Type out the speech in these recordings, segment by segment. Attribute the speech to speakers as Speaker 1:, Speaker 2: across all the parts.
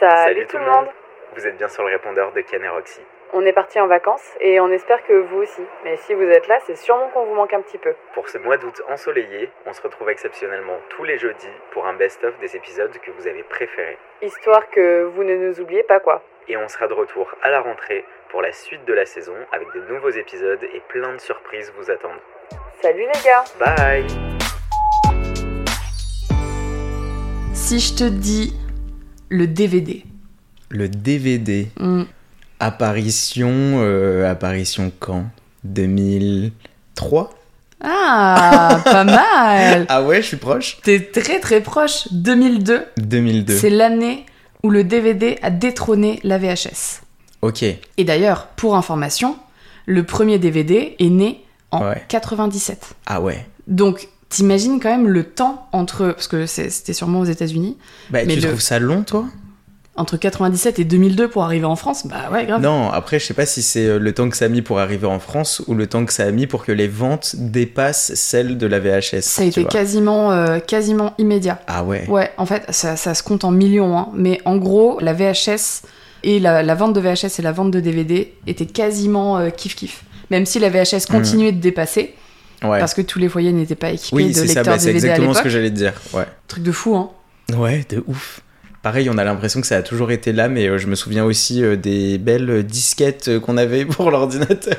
Speaker 1: Salut, tout le monde.
Speaker 2: Vous êtes bien sur le répondeur de Ken et Roxy.
Speaker 1: On est parti en vacances et on espère que vous aussi. Mais si vous êtes là, c'est sûrement qu'on vous manque un petit peu.
Speaker 2: Pour ce mois d'août ensoleillé, on se retrouve exceptionnellement tous les jeudis pour un best-of des épisodes que vous avez préférés.
Speaker 1: Histoire que vous ne nous oubliez pas quoi.
Speaker 2: Et on sera de retour à la rentrée pour la suite de la saison avec de nouveaux épisodes et plein de surprises vous attendent.
Speaker 1: Salut les gars
Speaker 2: Bye
Speaker 3: Si je te dis le DVD.
Speaker 4: Le DVD.
Speaker 3: Hmm.
Speaker 4: Apparition, euh, apparition quand 2003
Speaker 3: Ah, pas mal
Speaker 4: Ah ouais, je suis proche
Speaker 3: T'es très très proche. 2002,
Speaker 4: 2002.
Speaker 3: c'est l'année où le DVD a détrôné la VHS.
Speaker 4: Ok,
Speaker 3: Et d'ailleurs, pour information, le premier DVD est né en
Speaker 4: Ouais.
Speaker 3: 97.
Speaker 4: ah ouais.
Speaker 3: Donc, t'imagines quand même le temps entre... Parce que c'est- c'était sûrement aux états unis
Speaker 4: Bah,
Speaker 3: Mais
Speaker 4: tu
Speaker 3: le-
Speaker 4: trouves ça long, toi
Speaker 3: Entre 97 et 2002 pour arriver en France, bah ouais, grave.
Speaker 4: Non, après, je sais pas si c'est euh, le temps que ça a mis pour arriver en France ou le temps que ça a mis pour que les ventes dépassent celles de la VHS.
Speaker 3: Ça a
Speaker 4: tu
Speaker 3: été
Speaker 4: vois.
Speaker 3: quasiment, euh, quasiment immédiat.
Speaker 4: Ah ouais.
Speaker 3: Ouais, en fait, ça, ça se compte en millions, hein. mais en gros, la VHS et la, la vente de VHS et la vente de DVD étaient quasiment euh, kiff-kiff. Même si la VHS continuait de dépasser,
Speaker 4: Mmh. Ouais.
Speaker 3: parce que tous les foyers n'étaient pas équipés
Speaker 4: oui,
Speaker 3: de
Speaker 4: c'est ça,
Speaker 3: lecteurs
Speaker 4: bah, c'est
Speaker 3: DVD à
Speaker 4: exactement ce
Speaker 3: l'époque.
Speaker 4: que j'allais te dire. Ouais.
Speaker 3: Truc de fou, hein.
Speaker 4: Ouais, de ouf. Pareil, on a l'impression que ça a toujours été là, mais euh, je me souviens aussi euh, des belles euh, disquettes euh, qu'on avait pour l'ordinateur.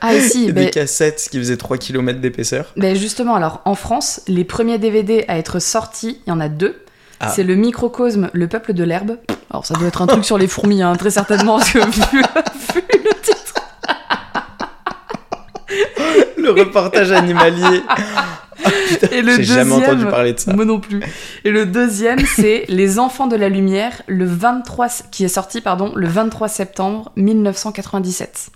Speaker 3: Ah, et si,
Speaker 4: Et
Speaker 3: ben-
Speaker 4: des cassettes qui faisaient 3 km d'épaisseur.
Speaker 3: ben justement, alors, en France, les premiers DVD à être sortis, il y en a deux.
Speaker 4: Ah.
Speaker 3: C'est le microcosme Le Peuple de l'Herbe. Alors, ça doit être un truc sur les fourmis, hein, très certainement, parce que vu, vu le titre.
Speaker 4: Le reportage animalier.
Speaker 3: Et le
Speaker 4: J'ai jamais
Speaker 3: deuxième-
Speaker 4: entendu parler de ça.
Speaker 3: Moi non plus. Et le deuxième, c'est Les Enfants de la Lumière, le 23, qui est sorti pardon, le 23 septembre 1997.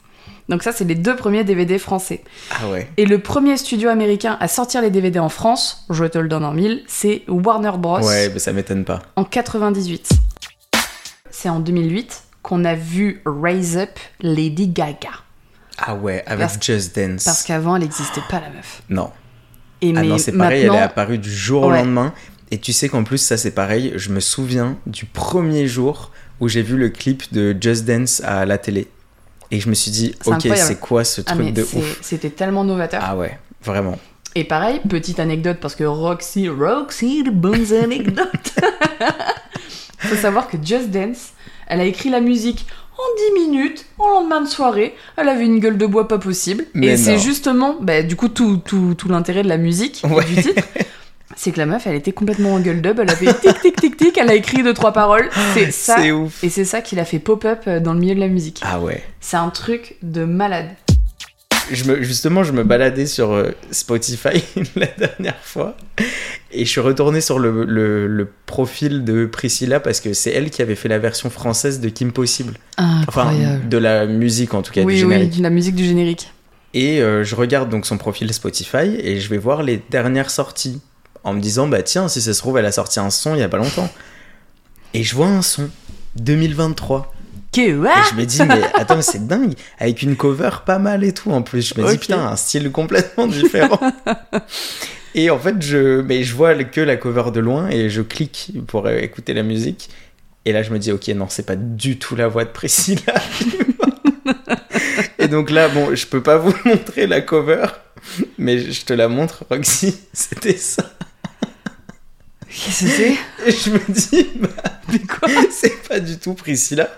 Speaker 3: Donc ça, c'est les deux premiers DVD français.
Speaker 4: Ah ouais.
Speaker 3: Et le premier studio américain à sortir les DVD en France, je te le donne en mille, c'est Warner Bros.
Speaker 4: Ouais, bah, ça m'étonne pas.
Speaker 3: en 98. C'est en 2008 qu'on a vu Raise Up Lady Gaga.
Speaker 4: Ah ouais, avec
Speaker 3: Parce-
Speaker 4: Just Dance.
Speaker 3: Parce qu'avant, elle n'existait pas, la meuf.
Speaker 4: Non.
Speaker 3: Et
Speaker 4: Ah
Speaker 3: mais
Speaker 4: non, c'est pareil, elle est
Speaker 3: maintenant-
Speaker 4: apparue du jour au
Speaker 3: Ouais.
Speaker 4: lendemain. Et tu sais qu'en plus, ça c'est pareil, je me souviens du premier jour où j'ai vu le clip de Just Dance à la télé. Et je me suis dit,
Speaker 3: C'est
Speaker 4: ok,
Speaker 3: incroyable.
Speaker 4: c'est quoi ce
Speaker 3: Ah,
Speaker 4: truc
Speaker 3: mais
Speaker 4: de
Speaker 3: c'est-
Speaker 4: ouf
Speaker 3: c'était tellement novateur.
Speaker 4: Ah ouais, vraiment.
Speaker 3: Et pareil, petite anecdote, parce que Roxy, Roxy, de bonnes anecdotes. Faut savoir que Just Dance, elle a écrit la musique en 10 minutes, en lendemain de soirée. Elle avait une gueule de bois pas possible.
Speaker 4: Mais
Speaker 3: et c'est
Speaker 4: non.
Speaker 3: justement, bah, du coup, tout, tout, tout l'intérêt de la musique, et
Speaker 4: Ouais.
Speaker 3: du titre. C'est que la meuf, elle était complètement en gueule d'ub, elle avait tic tic tic tic, elle a écrit deux trois paroles, c'est ça.
Speaker 4: Ah, C'est ouf.
Speaker 3: Et c'est ça qui l'a fait pop-up dans le milieu de la musique.
Speaker 4: Ah ouais.
Speaker 3: C'est un truc de malade.
Speaker 4: je me- justement, je me baladais sur euh, Spotify la dernière fois et je suis retourné sur le, le- le profil de Priscilla parce que c'est elle qui avait fait la version française de Kim Possible. Enfin,
Speaker 3: Incroyable.
Speaker 4: de la musique en tout cas, du
Speaker 3: oui, oui,
Speaker 4: générique.
Speaker 3: la musique du générique.
Speaker 4: Et euh, je regarde donc son profil Spotify et je vais voir les dernières sorties en me disant, bah tiens, si ça se trouve, elle a sorti un son il y a pas longtemps. Et je vois un son, 2023.
Speaker 3: Que
Speaker 4: Et je me dis, mais attends, mais c'est dingue. Avec une cover pas mal et tout, en plus. Je me dis,
Speaker 3: Ok.
Speaker 4: putain, un style complètement différent. et en fait, je, mais je vois que la cover de loin et je clique pour euh, écouter la musique. Et là, je me dis, ok, non, c'est pas du tout la voix de Priscilla. et donc là, bon, je peux pas vous montrer la cover, mais je te la montre, Roxy. C'était ça.
Speaker 3: Qu'est-ce que c'est
Speaker 4: Et je me dis, bah,
Speaker 3: Mais quoi
Speaker 4: c'est pas du tout Priscilla.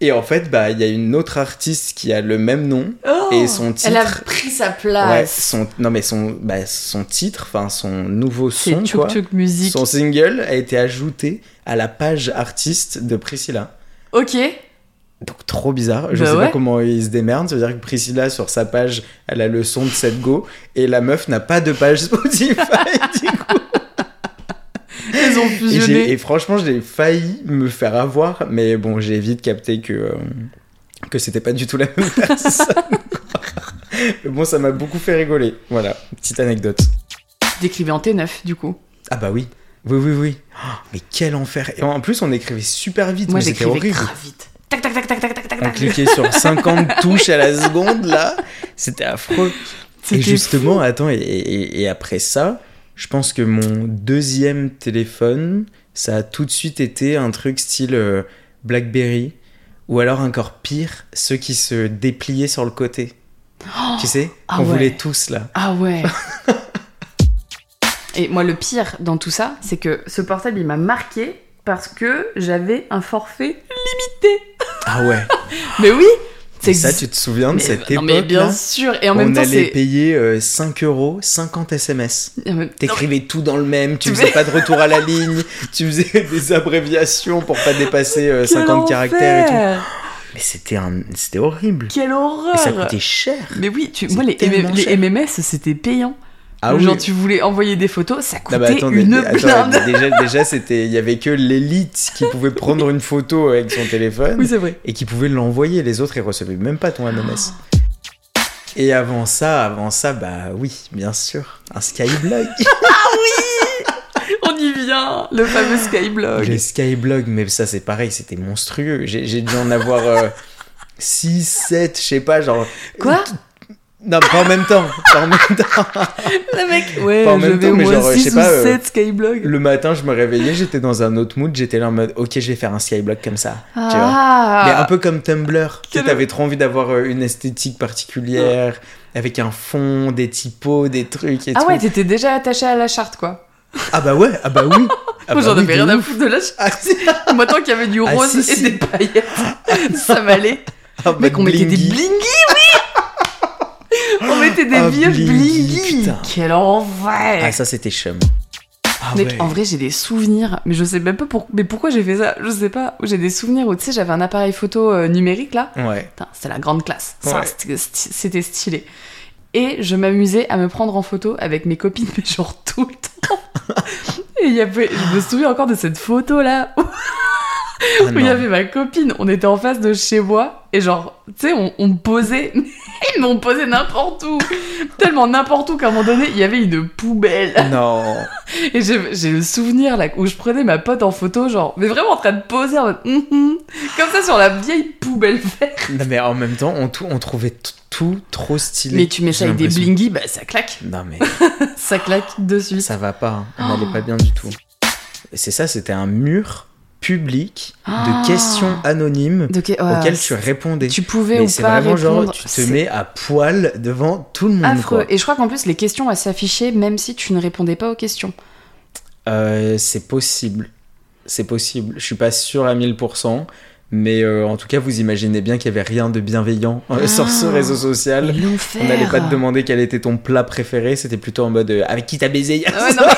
Speaker 4: Et en fait, bah, il y a une autre artiste qui a le même nom et son titre.
Speaker 3: Oh Elle a pris sa
Speaker 4: ouais,
Speaker 3: place.
Speaker 4: son, non mais son, bah, son titre, enfin son nouveau
Speaker 3: c'est
Speaker 4: son,
Speaker 3: Tchouk
Speaker 4: quoi.
Speaker 3: Tchouk Musique.
Speaker 4: Son single a été ajouté à la page artiste de Priscilla.
Speaker 3: Ok.
Speaker 4: Donc trop bizarre. Je
Speaker 3: Bah
Speaker 4: sais
Speaker 3: ouais.
Speaker 4: pas comment ils se démerdent. Ça veut dire que Priscilla sur sa page, elle a le son de cette go et la meuf n'a pas de page Spotify. du coup.
Speaker 3: Ils ont
Speaker 4: Et, j'ai-
Speaker 3: fusionné.
Speaker 4: et franchement, j'ai failli me faire avoir, mais bon, j'ai vite capté que, euh, que c'était pas du tout la même personne. quoi. Mais bon, ça m'a beaucoup fait rigoler. Voilà, petite anecdote.
Speaker 3: Décrivez en T9, du coup.
Speaker 4: Ah bah oui, oui, oui, oui. Oh, mais quel enfer. Et en plus, on écrivait super vite,
Speaker 3: Moi,
Speaker 4: mais c'était
Speaker 3: j'écrivais
Speaker 4: horrible.
Speaker 3: grave vite. Tac, tac, tac, tac, tac, tac, tac,
Speaker 4: On
Speaker 3: tac.
Speaker 4: cliquait sur 50 touches à la seconde, là. C'était affreux. Et
Speaker 3: C'était
Speaker 4: justement, attends, et, et- et après ça, je pense que mon deuxième téléphone, ça a tout de suite été un truc style euh, Blackberry, ou alors encore pire, ceux qui se dépliaient sur le côté. tu sais,
Speaker 3: ah
Speaker 4: on
Speaker 3: ouais.
Speaker 4: voulait tous là.
Speaker 3: Ah ouais Et moi, le pire dans tout ça, c'est que ce portable, il m'a marqué parce que j'avais un forfait limité.
Speaker 4: Ah ouais.
Speaker 3: Mais oui
Speaker 4: Et ça, tu te souviens de
Speaker 3: mais,
Speaker 4: cette
Speaker 3: non,
Speaker 4: époque
Speaker 3: mais bien sûr Et en même
Speaker 4: on
Speaker 3: temps,
Speaker 4: allait
Speaker 3: c'est... Ah,
Speaker 4: payer euh, 5 euros 50 SMS.
Speaker 3: en même-
Speaker 4: T'écrivais tout dans le même, tu
Speaker 3: Mais-
Speaker 4: faisais pas de retour à la ligne, tu faisais des abréviations pour pas dépasser euh,
Speaker 3: Quel
Speaker 4: 50 caractères et tout.
Speaker 3: enfer
Speaker 4: Mais c'était un... c'était horrible.
Speaker 3: Quelle horreur
Speaker 4: Et ça coûtait cher.
Speaker 3: Mais oui, tu...
Speaker 4: C'est
Speaker 3: moi, les,
Speaker 4: tellement
Speaker 3: les
Speaker 4: cher.
Speaker 3: MMS, c'était payant.
Speaker 4: Ah
Speaker 3: Genre,
Speaker 4: oui. Ah bah,
Speaker 3: tu voulais envoyer des photos, ça coûtait
Speaker 4: Non, mais attends, mais-
Speaker 3: une
Speaker 4: mais- attends,
Speaker 3: blinde.
Speaker 4: mais déjà, déjà c'était, il y avait que l'élite qui pouvait prendre une photo avec son téléphone
Speaker 3: Oui, Ah. c'est vrai.
Speaker 4: et qui pouvait l'envoyer. Les autres, ils recevaient même pas ton MMS. Et avant ça, avant ça, bah oui, bien sûr, un Skyblog.
Speaker 3: On y vient Le fameux Skyblog.
Speaker 4: Les Skyblog, mais ça c'est pareil, c'était monstrueux. J'ai j'ai dû en avoir 6, 7, je sais pas, genre.
Speaker 3: Quoi
Speaker 4: Non, pas en même temps. pas en même temps.
Speaker 3: Le mec Ouais,
Speaker 4: Pas en
Speaker 3: je
Speaker 4: même
Speaker 3: vais
Speaker 4: temps,
Speaker 3: au
Speaker 4: mais
Speaker 3: moins
Speaker 4: genre, je
Speaker 3: 6
Speaker 4: sais
Speaker 3: ou
Speaker 4: pas, euh,
Speaker 3: 7 Skyblog.
Speaker 4: Le matin, je me réveillais, j'étais dans un autre mood, j'étais là en mode, ok, je vais faire un Skyblog comme ça. Tu vois Mais un
Speaker 3: Ah
Speaker 4: peu comme Tumblr. Tu sais,
Speaker 3: Quel-
Speaker 4: t'avais trop envie d'avoir euh, une esthétique particulière, avec un fond, des typos, des trucs et
Speaker 3: Ah
Speaker 4: tout.
Speaker 3: ouais, t'étais déjà attaché à la charte, quoi.
Speaker 4: ah bah ouais, ah bah oui. Ah
Speaker 3: Moi,
Speaker 4: bah
Speaker 3: j'en avais
Speaker 4: oui, de
Speaker 3: rien à
Speaker 4: ouf.
Speaker 3: foutre de la charte.
Speaker 4: Ah, si.
Speaker 3: Moi, tant qu'il y avait du
Speaker 4: Ah,
Speaker 3: rose
Speaker 4: si, si.
Speaker 3: et des paillettes, ça m'allait.
Speaker 4: Ah bah,
Speaker 3: Mec, on mettait des
Speaker 4: Blingy.
Speaker 3: blingis, oui On mettait des
Speaker 4: Ah,
Speaker 3: vierges
Speaker 4: Blingy,
Speaker 3: blingis.
Speaker 4: putain.
Speaker 3: Quel enfer
Speaker 4: Ah ça c'était chum. Ah
Speaker 3: Mec,
Speaker 4: ouais.
Speaker 3: en vrai, j'ai des souvenirs, mais je sais même pas pour... mais pourquoi j'ai fait ça. Je sais pas. J'ai des souvenirs où, tu sais, j'avais un appareil photo euh, numérique, là.
Speaker 4: Ouais.
Speaker 3: Putain, c'était la grande classe. Ça,
Speaker 4: Ouais.
Speaker 3: c'était- C'était stylé. Et je m'amusais à me prendre en photo avec mes copines, mais genre tout le temps. Et il y avait, je me souviens encore de cette photo là où
Speaker 4: Ah,
Speaker 3: il y
Speaker 4: non.
Speaker 3: avait ma copine. On était en face de chez moi et genre, tu sais, on, on me posait, ils m'ont posé n'importe où, tellement n'importe où qu'à un moment donné, il y avait une poubelle.
Speaker 4: Non.
Speaker 3: Et j'ai j'ai le souvenir là où je prenais ma pote en photo, genre, mais vraiment en train de poser en mode, hum, hum, comme ça sur la vieille poubelle verte.
Speaker 4: Non, mais en même temps, on, tou- on trouvait t- tout trop stylé.
Speaker 3: Mais tu mets ça
Speaker 4: J'ai
Speaker 3: avec des
Speaker 4: l'impression.
Speaker 3: blingies, bah ça claque.
Speaker 4: Non, mais
Speaker 3: Ça claque dessus.
Speaker 4: ça va pas. hein. On n'allait pas bien du tout. Et C'est ça, c'était un mur public
Speaker 3: Ah.
Speaker 4: de questions anonymes
Speaker 3: De que- ouais,
Speaker 4: auxquelles tu
Speaker 3: c'est-
Speaker 4: répondais.
Speaker 3: euh, tu pouvais
Speaker 4: mais
Speaker 3: ou
Speaker 4: c'est
Speaker 3: pas
Speaker 4: vraiment
Speaker 3: répondre.
Speaker 4: genre, tu te
Speaker 3: C'est
Speaker 4: mets à poil devant tout le monde.
Speaker 3: affreux.
Speaker 4: quoi.
Speaker 3: Et je crois qu'en plus les questions elles s'affichaient même si tu ne répondais pas aux questions.
Speaker 4: Euh, c'est possible. C'est possible. Je suis pas sûr à 1000%. Mais euh, en tout cas, vous imaginez bien qu'il y avait rien de bienveillant euh,
Speaker 3: Ah.
Speaker 4: sur ce réseau social.
Speaker 3: L'enfer.
Speaker 4: On n'allait pas te demander quel était ton plat préféré, c'était plutôt en mode euh, avec qui t'as baisé hier
Speaker 3: Ah ouais, non,
Speaker 4: soir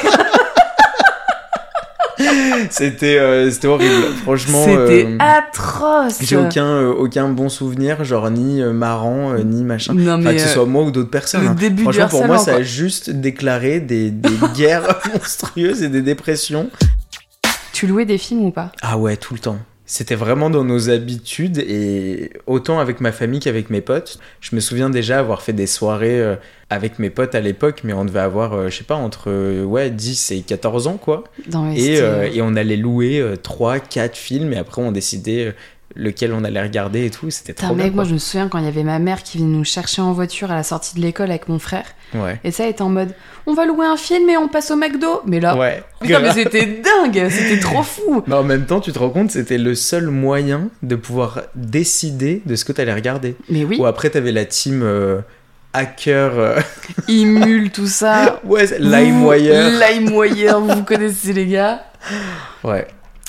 Speaker 4: C'était euh, c'était horrible, franchement.
Speaker 3: C'était
Speaker 4: euh,
Speaker 3: atroce.
Speaker 4: J'ai aucun, euh, aucun bon souvenir, genre ni euh, marrant, euh, ni machin.
Speaker 3: Non mais
Speaker 4: Enfin, que ce
Speaker 3: euh,
Speaker 4: soit moi ou d'autres personnes.
Speaker 3: le
Speaker 4: hein.
Speaker 3: début du
Speaker 4: Franchement, pour
Speaker 3: harcèlement.
Speaker 4: moi, ça a
Speaker 3: quoi.
Speaker 4: juste déclaré des, des guerres monstrueuses et des dépressions.
Speaker 3: Tu louais des films ou pas
Speaker 4: Ah ouais, tout le temps. C'était vraiment dans nos habitudes et autant avec ma famille qu'avec mes potes. Je me souviens déjà avoir fait des soirées euh, avec mes potes à l'époque, mais on devait avoir, euh, je sais pas, entre euh, ouais, 10 et 14 ans quoi.
Speaker 3: Non, mais
Speaker 4: Et,
Speaker 3: c'était-
Speaker 4: euh, et on allait louer 3, 4 films et après on décidait euh, lequel on allait regarder et tout. C'était
Speaker 3: Putain,
Speaker 4: trop bien.
Speaker 3: mec, moi
Speaker 4: quoi.
Speaker 3: je me souviens quand il y avait ma mère qui venait nous chercher en voiture à la sortie de l'école avec mon frère.
Speaker 4: Ouais.
Speaker 3: Et ça, elle était en mode on va louer un film et on passe au McDo. Mais là,
Speaker 4: Ouais.
Speaker 3: Ah.
Speaker 4: hein.
Speaker 3: putain, mais c'était dingue, c'était trop fou.
Speaker 4: Mais en même temps, tu te rends compte, c'était le seul moyen de pouvoir décider de ce que t'allais regarder.
Speaker 3: Mais oui,
Speaker 4: Ou après, t'avais la team euh, hacker. euh,
Speaker 3: Imul, tout ça.
Speaker 4: Ouais, c'est LimeWire.
Speaker 3: Vous- LimeWire, vous connaissez les gars. Mm.
Speaker 4: Ouais.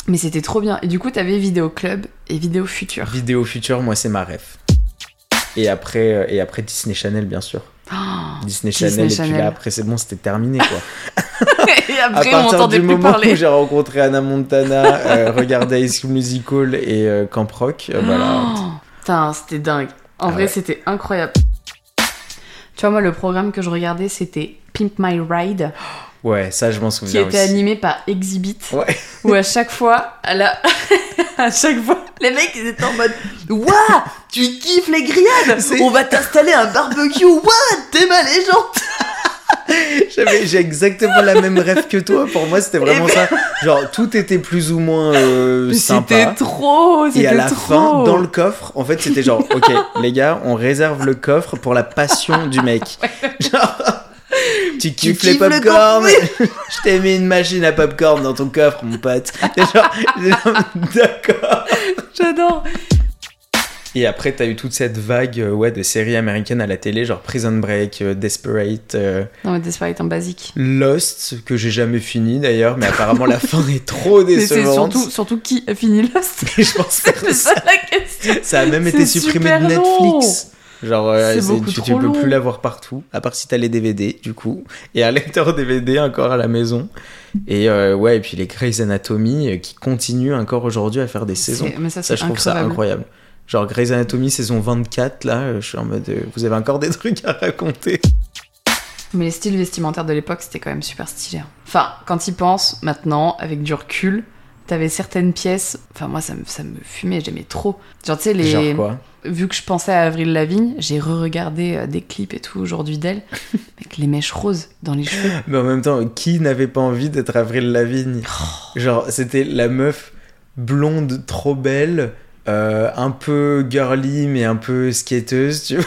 Speaker 3: Mais c'était trop bien. Et du coup, t'avais Vidéo Club et Vidéo Future.
Speaker 4: Vidéo Future, moi, c'est ma ref. Et après, euh, et après Disney Channel, bien sûr. Disney
Speaker 3: Disney
Speaker 4: Channel, et
Speaker 3: Channel.
Speaker 4: puis là, après, c'est bon, c'était terminé, quoi.
Speaker 3: et
Speaker 4: à
Speaker 3: après, on
Speaker 4: partir
Speaker 3: n'entendait
Speaker 4: du
Speaker 3: plus
Speaker 4: moment où
Speaker 3: parler.
Speaker 4: j'ai rencontré Anna Montana, euh, regardé High School Musical et euh, Camp Rock, euh, voilà.
Speaker 3: Oh, Putain, c'était dingue. En
Speaker 4: Ah
Speaker 3: vrai,
Speaker 4: ouais.
Speaker 3: c'était incroyable. Tu vois, moi, le programme que je regardais, c'était Pimp My Ride,
Speaker 4: Ouais, ça, je m'en souviens
Speaker 3: Oh. qui était
Speaker 4: aussi.
Speaker 3: animé par Exhibit.
Speaker 4: Ouais.
Speaker 3: Où à chaque fois, à, la- à chaque fois, les mecs, ils étaient en mode Waouh, tu kiffes les grillades
Speaker 4: C'est-
Speaker 3: On va t'installer un barbecue. Waouh, t'es ma légende
Speaker 4: J'avais- J'ai exactement la même rêve que toi. Pour moi, c'était vraiment ça. Genre, tout était plus ou moins euh,
Speaker 3: Mais
Speaker 4: sympa.
Speaker 3: Eh ben. C'était trop,
Speaker 4: Et à
Speaker 3: c'était
Speaker 4: la
Speaker 3: trop.
Speaker 4: fin, dans le coffre, en fait, c'était genre, ok, les gars, on réserve le coffre pour la passion du mec. Genre, tu kiffes les popcorn Je t'ai mis une machine à popcorn dans ton coffre, mon pote. Et genre, genre, d'accord.
Speaker 3: J'adore.
Speaker 4: Et après, t'as eu toute cette vague euh, ouais, de séries américaines à la télé, genre Prison Break, euh, Desperate, euh,
Speaker 3: Non, mais Desperate en basique.
Speaker 4: Lost, que j'ai jamais fini d'ailleurs, mais apparemment la fin est trop
Speaker 3: Mais c'est
Speaker 4: décevante.
Speaker 3: surtout, surtout qui a fini Lost
Speaker 4: Et je pense que
Speaker 3: C'est ça
Speaker 4: ça,
Speaker 3: la question.
Speaker 4: ça a même
Speaker 3: C'est
Speaker 4: été supprimé de
Speaker 3: super long.
Speaker 4: Netflix. Genre, euh,
Speaker 3: C'est
Speaker 4: c'est-
Speaker 3: beaucoup
Speaker 4: tu, tu
Speaker 3: trop
Speaker 4: peux
Speaker 3: long.
Speaker 4: plus l'avoir partout, à part si t'as les DVD, du coup, et un lecteur DVD encore à la maison. Et euh, ouais, et puis les Grey's Anatomy euh, qui continuent encore aujourd'hui à faire des saisons.
Speaker 3: C'est- Mais ça,
Speaker 4: Ça,
Speaker 3: c'est
Speaker 4: je trouve ça
Speaker 3: incroyable.
Speaker 4: incroyable. Genre Grey's Anatomy saison 24, là, euh, je suis en mode, euh, vous avez encore des trucs à raconter.
Speaker 3: Mais les styles vestimentaires de l'époque, c'était quand même super stylé. hein. Enfin, quand y penses, maintenant, avec du recul, t'avais certaines pièces. Enfin, moi, ça me, ça me fumait, j'aimais trop. Genre, tu sais, les.
Speaker 4: Genre quoi
Speaker 3: vu que je pensais à Avril Lavigne, j'ai re-regardé euh, des clips et tout aujourd'hui d'elle, avec les mèches roses dans les cheveux.
Speaker 4: Mais en même temps, qui n'avait pas envie d'être Avril Lavigne
Speaker 3: Oh,
Speaker 4: Genre, c'était la meuf blonde, trop belle, euh, un peu girly, mais un peu skateuse, tu vois.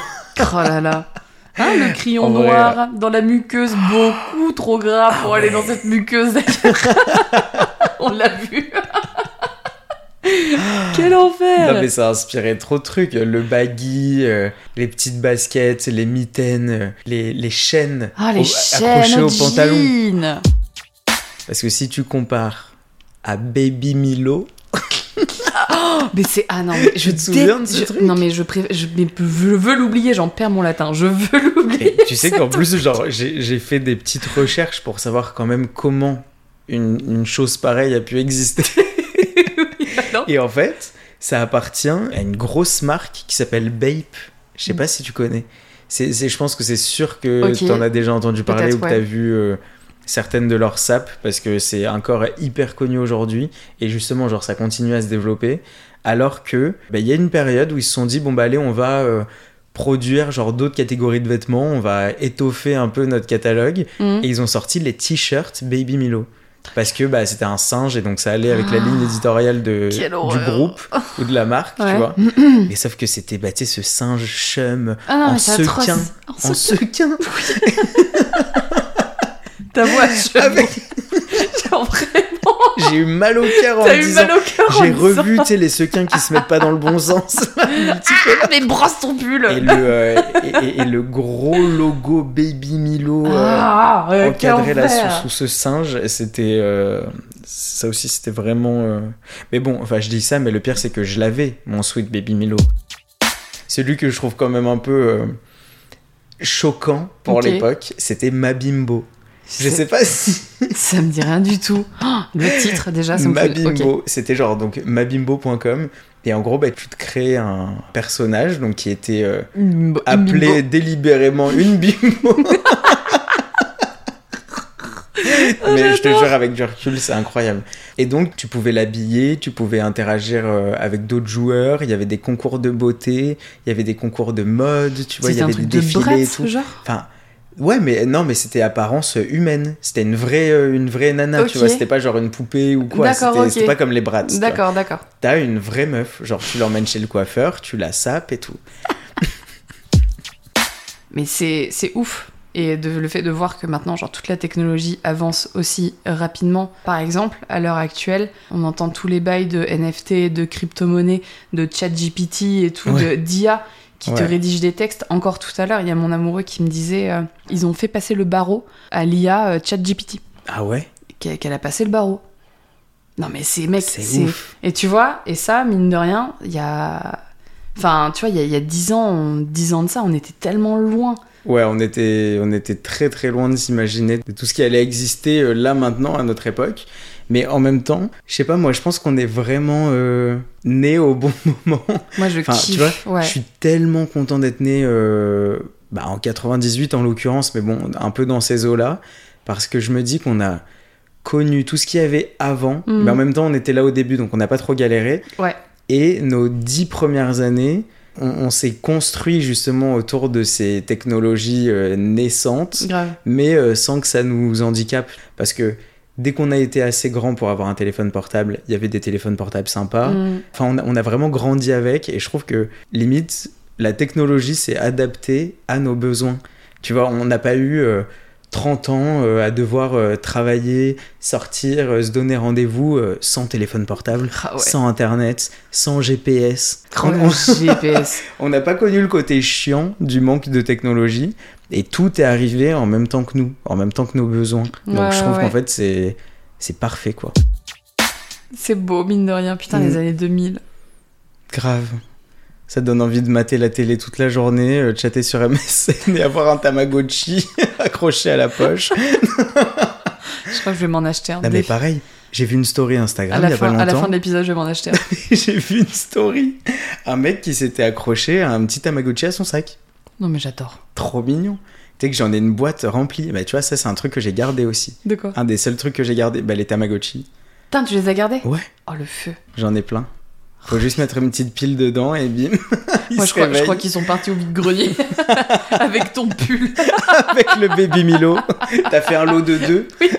Speaker 3: Oh là là. Hein, le crayon
Speaker 4: En vrai, euh, Ah
Speaker 3: noir dans la muqueuse, beaucoup trop gras pour aller dans cette muqueuse d'ailleurs. On l'a vu. Quel enfer
Speaker 4: Ah. Non, mais ça inspirait trop de trucs. Le baggy, euh, les petites baskets, les mitaines, euh, les, les chaînes
Speaker 3: Ah,
Speaker 4: au-
Speaker 3: les
Speaker 4: accrochées
Speaker 3: chaînes
Speaker 4: au pantalon.
Speaker 3: jeans.
Speaker 4: Parce que si tu compares à Baby Milo, Oh,
Speaker 3: Mais c'est... Ah non, mais je
Speaker 4: te souviens de
Speaker 3: dé-
Speaker 4: ce
Speaker 3: je-
Speaker 4: truc
Speaker 3: Non, mais je, préfère- je... mais je veux l'oublier, j'en perds mon latin. Je veux l'oublier.
Speaker 4: Et tu sais qu'en plus, genre, j'ai j'ai fait des petites recherches pour savoir quand même comment une, une chose pareille a pu exister.
Speaker 3: non.
Speaker 4: Et en fait, ça appartient à une grosse marque qui s'appelle Bape. Je sais pas si tu connais. C'est, c'est- je pense que c'est sûr que
Speaker 3: Mm. Ok.
Speaker 4: tu en as déjà entendu parler
Speaker 3: Peut-être,
Speaker 4: ou que
Speaker 3: ouais.
Speaker 4: tu as vu euh, certaines de leurs sapes parce que c'est encore hyper connu aujourd'hui et justement, genre, ça continue à se développer. Alors que, bah, il y a une période où ils se sont dit, bon, bah, allez, on va. euh, produire genre d'autres catégories de vêtements, on va étoffer un peu notre catalogue
Speaker 3: Hum.
Speaker 4: et ils ont sorti les t-shirts Baby Milo. Parce que bah, c'était un singe et donc ça allait avec la ligne éditoriale de,
Speaker 3: Quelle
Speaker 4: du
Speaker 3: horreur.
Speaker 4: groupe ou de la marque,
Speaker 3: Ouais. Hum,
Speaker 4: tu vois. Mais sauf que c'était bah, tu sais, ce singe chum
Speaker 3: Ah non,
Speaker 4: en
Speaker 3: mais c'est atroce.
Speaker 4: sequin.
Speaker 3: En
Speaker 4: en
Speaker 3: sequin.
Speaker 4: sequin
Speaker 3: Ta voix, je...
Speaker 4: Avec-
Speaker 3: Genre, vraiment,
Speaker 4: J'ai eu mal au cœur en
Speaker 3: t'as
Speaker 4: me
Speaker 3: eu
Speaker 4: disant.
Speaker 3: mal au cœur en
Speaker 4: J'ai
Speaker 3: disant,
Speaker 4: revu tu sais, les sequins qui se mettent pas dans le bon sens.
Speaker 3: Ah, mais brosse ton pull
Speaker 4: et, le, euh, et- et- et le gros logo Baby Milo. euh,
Speaker 3: Ah, euh, quel
Speaker 4: encadré là
Speaker 3: enfer.
Speaker 4: sous, sous ce singe, c'était euh, ça aussi c'était vraiment. euh, Mais bon, enfin je dis ça, mais le pire c'est que je l'avais mon Sweet Baby Milo. Celui que je trouve quand même un peu euh, choquant pour
Speaker 3: Ok.
Speaker 4: l'époque, c'était Mabimbo. Je
Speaker 3: C'est-
Speaker 4: sais pas si
Speaker 3: Ça me dit rien du tout. Ah, le titre, déjà, ça me fait...
Speaker 4: Mabimbo,
Speaker 3: Ok.
Speaker 4: c'était genre donc mabimbo.com et en gros bah, tu te créais un personnage donc qui était euh,
Speaker 3: Une- une
Speaker 4: appelé
Speaker 3: bimbo.
Speaker 4: délibérément une bimbo. Mais je te jure, avec du recul, c'est incroyable. Et donc, tu pouvais l'habiller, tu pouvais interagir euh, avec d'autres joueurs, il y avait des concours de beauté, il y avait des concours de mode, tu vois, il y
Speaker 3: C'était un
Speaker 4: avait
Speaker 3: truc
Speaker 4: des
Speaker 3: de
Speaker 4: défilés et
Speaker 3: bratz,
Speaker 4: tout.
Speaker 3: genre
Speaker 4: Enfin, ouais, mais non, mais c'était apparence humaine. C'était une vraie, euh, une vraie nana,
Speaker 3: Ok.
Speaker 4: tu vois, c'était pas genre une poupée ou quoi.
Speaker 3: D'accord,
Speaker 4: C'était
Speaker 3: ok.
Speaker 4: c'était pas comme les brats. tu vois.
Speaker 3: D'accord, d'accord.
Speaker 4: T'as une vraie meuf, genre tu l'emmènes chez le coiffeur, tu la sapes et tout.
Speaker 3: Mais c'est c'est ouf. Et de, le fait de voir que maintenant, genre, toute la technologie avance aussi rapidement. Par exemple, à l'heure actuelle, on entend tous les bails de NFT, de crypto-monnaie, de chat GPT et tout,
Speaker 4: Ouais.
Speaker 3: de d'IA qui te
Speaker 4: Ouais.
Speaker 3: rédige des textes. Encore tout à l'heure, il y a mon amoureux qui me disait euh, ils ont fait passer le barreau à l'IA euh, chat GPT.
Speaker 4: Ah ouais
Speaker 3: Qu'elle qu'elle a passé le barreau. Non, mais c'est mec,
Speaker 4: C'est
Speaker 3: c'est
Speaker 4: ouf.
Speaker 3: et tu vois, et ça, mine de rien, il y a. Enfin, tu vois, il y a- il y a 10 ans, on- 10 ans de ça, on était tellement loin.
Speaker 4: Ouais, on était, on était très très loin de s'imaginer de tout ce qui allait exister euh, là maintenant à notre époque. Mais en même temps, je sais pas, moi je pense qu'on est vraiment euh, né au bon moment.
Speaker 3: Moi, je
Speaker 4: Enfin, tu
Speaker 3: kiffe.
Speaker 4: vois,
Speaker 3: ouais.
Speaker 4: je suis tellement content d'être né euh, bah, en 98 en l'occurrence, mais bon, un peu dans ces eaux-là, parce que je me dis qu'on a connu tout ce qu'il y avait avant,
Speaker 3: Mhm.
Speaker 4: mais en même temps on était là au début, donc on n'a pas trop galéré.
Speaker 3: Ouais.
Speaker 4: Et nos dix premières années, on, on s'est construit justement autour de ces technologies euh, naissantes
Speaker 3: Grave.
Speaker 4: mais euh, sans que ça nous handicape. Parce que dès qu'on a été assez grand pour avoir un téléphone portable, il y avait des téléphones portables sympas.
Speaker 3: Mm.
Speaker 4: Enfin, on a, on a vraiment grandi avec, et je trouve que limite, la technologie s'est adaptée à nos besoins. Tu vois, on n'a pas eu. euh, 30 ans euh, à devoir euh, travailler, sortir, euh, se donner rendez-vous euh, sans téléphone portable,
Speaker 3: Ah ouais.
Speaker 4: sans internet, sans GPS.
Speaker 3: Oh,
Speaker 4: On- on-
Speaker 3: le GPS.
Speaker 4: On n'a pas connu le côté chiant du manque de technologie et tout est arrivé en même temps que nous, en même temps que nos besoins. Donc
Speaker 3: Ouais,
Speaker 4: je trouve
Speaker 3: ouais,
Speaker 4: qu'en
Speaker 3: ouais.
Speaker 4: fait c'est c'est parfait quoi.
Speaker 3: C'est beau, mine de rien. Putain, les
Speaker 4: Mm.
Speaker 3: années 2000.
Speaker 4: Grave. Ça donne envie de mater la télé toute la journée, euh, chatter sur MSN et avoir un Tamagotchi accroché à la poche.
Speaker 3: Ah, Je crois que je vais m'en acheter un.
Speaker 4: Non mais
Speaker 3: Défi-
Speaker 4: pareil, j'ai vu une story
Speaker 3: à,
Speaker 4: Instagram il
Speaker 3: la
Speaker 4: y a
Speaker 3: fin,
Speaker 4: pas longtemps.
Speaker 3: à la fin de l'épisode, je vais m'en acheter un.
Speaker 4: J'ai vu une story. Un mec qui s'était accroché à un petit Tamagotchi à son sac.
Speaker 3: Non, mais j'adore.
Speaker 4: Trop mignon. Tu sais que j'en ai une boîte remplie. Bah, tu vois, ça, c'est un truc que j'ai gardé aussi.
Speaker 3: De quoi
Speaker 4: Un des seuls trucs que j'ai gardé, bah, les Tamagotchi.
Speaker 3: Putain, tu les as gardés
Speaker 4: Ouais.
Speaker 3: Oh, le feu.
Speaker 4: J'en ai plein. Faut juste mettre une petite pile dedans et bim. il
Speaker 3: Oh, Moi,
Speaker 4: se
Speaker 3: je crois, je
Speaker 4: réveille
Speaker 3: crois qu'ils sont partis au vide-grenier avec ton pull.
Speaker 4: avec le baby Milo. T'as fait un lot de deux.
Speaker 3: Oui.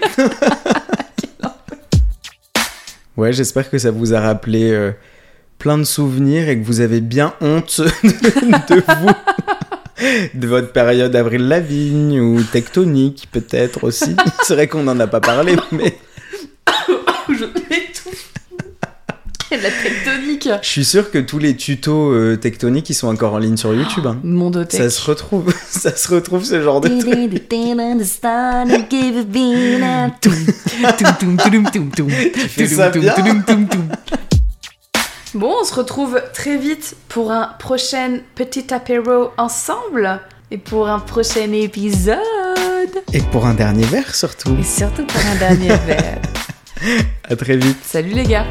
Speaker 4: ouais, j'espère que ça vous a rappelé euh, plein de souvenirs et que vous avez bien honte de de vous. De votre période Avril Lavigne ou Tectonique, peut-être aussi. C'est vrai qu'on n'en a pas parlé, mais
Speaker 3: je m'étouffe. Quelle la tectonique.
Speaker 4: je suis sûr que tous les tutos euh, tectoniques ils sont encore en ligne sur YouTube. hein.
Speaker 3: Mondothèque.
Speaker 4: Ça se retrouve, ça se retrouve ce genre de truc. fais ça bien.
Speaker 3: Bon, on se retrouve très vite pour un prochain petit apéro ensemble et pour un prochain épisode.
Speaker 4: Et pour un dernier verre surtout.
Speaker 3: Et surtout pour un dernier verre.
Speaker 4: À très vite.
Speaker 3: Salut les gars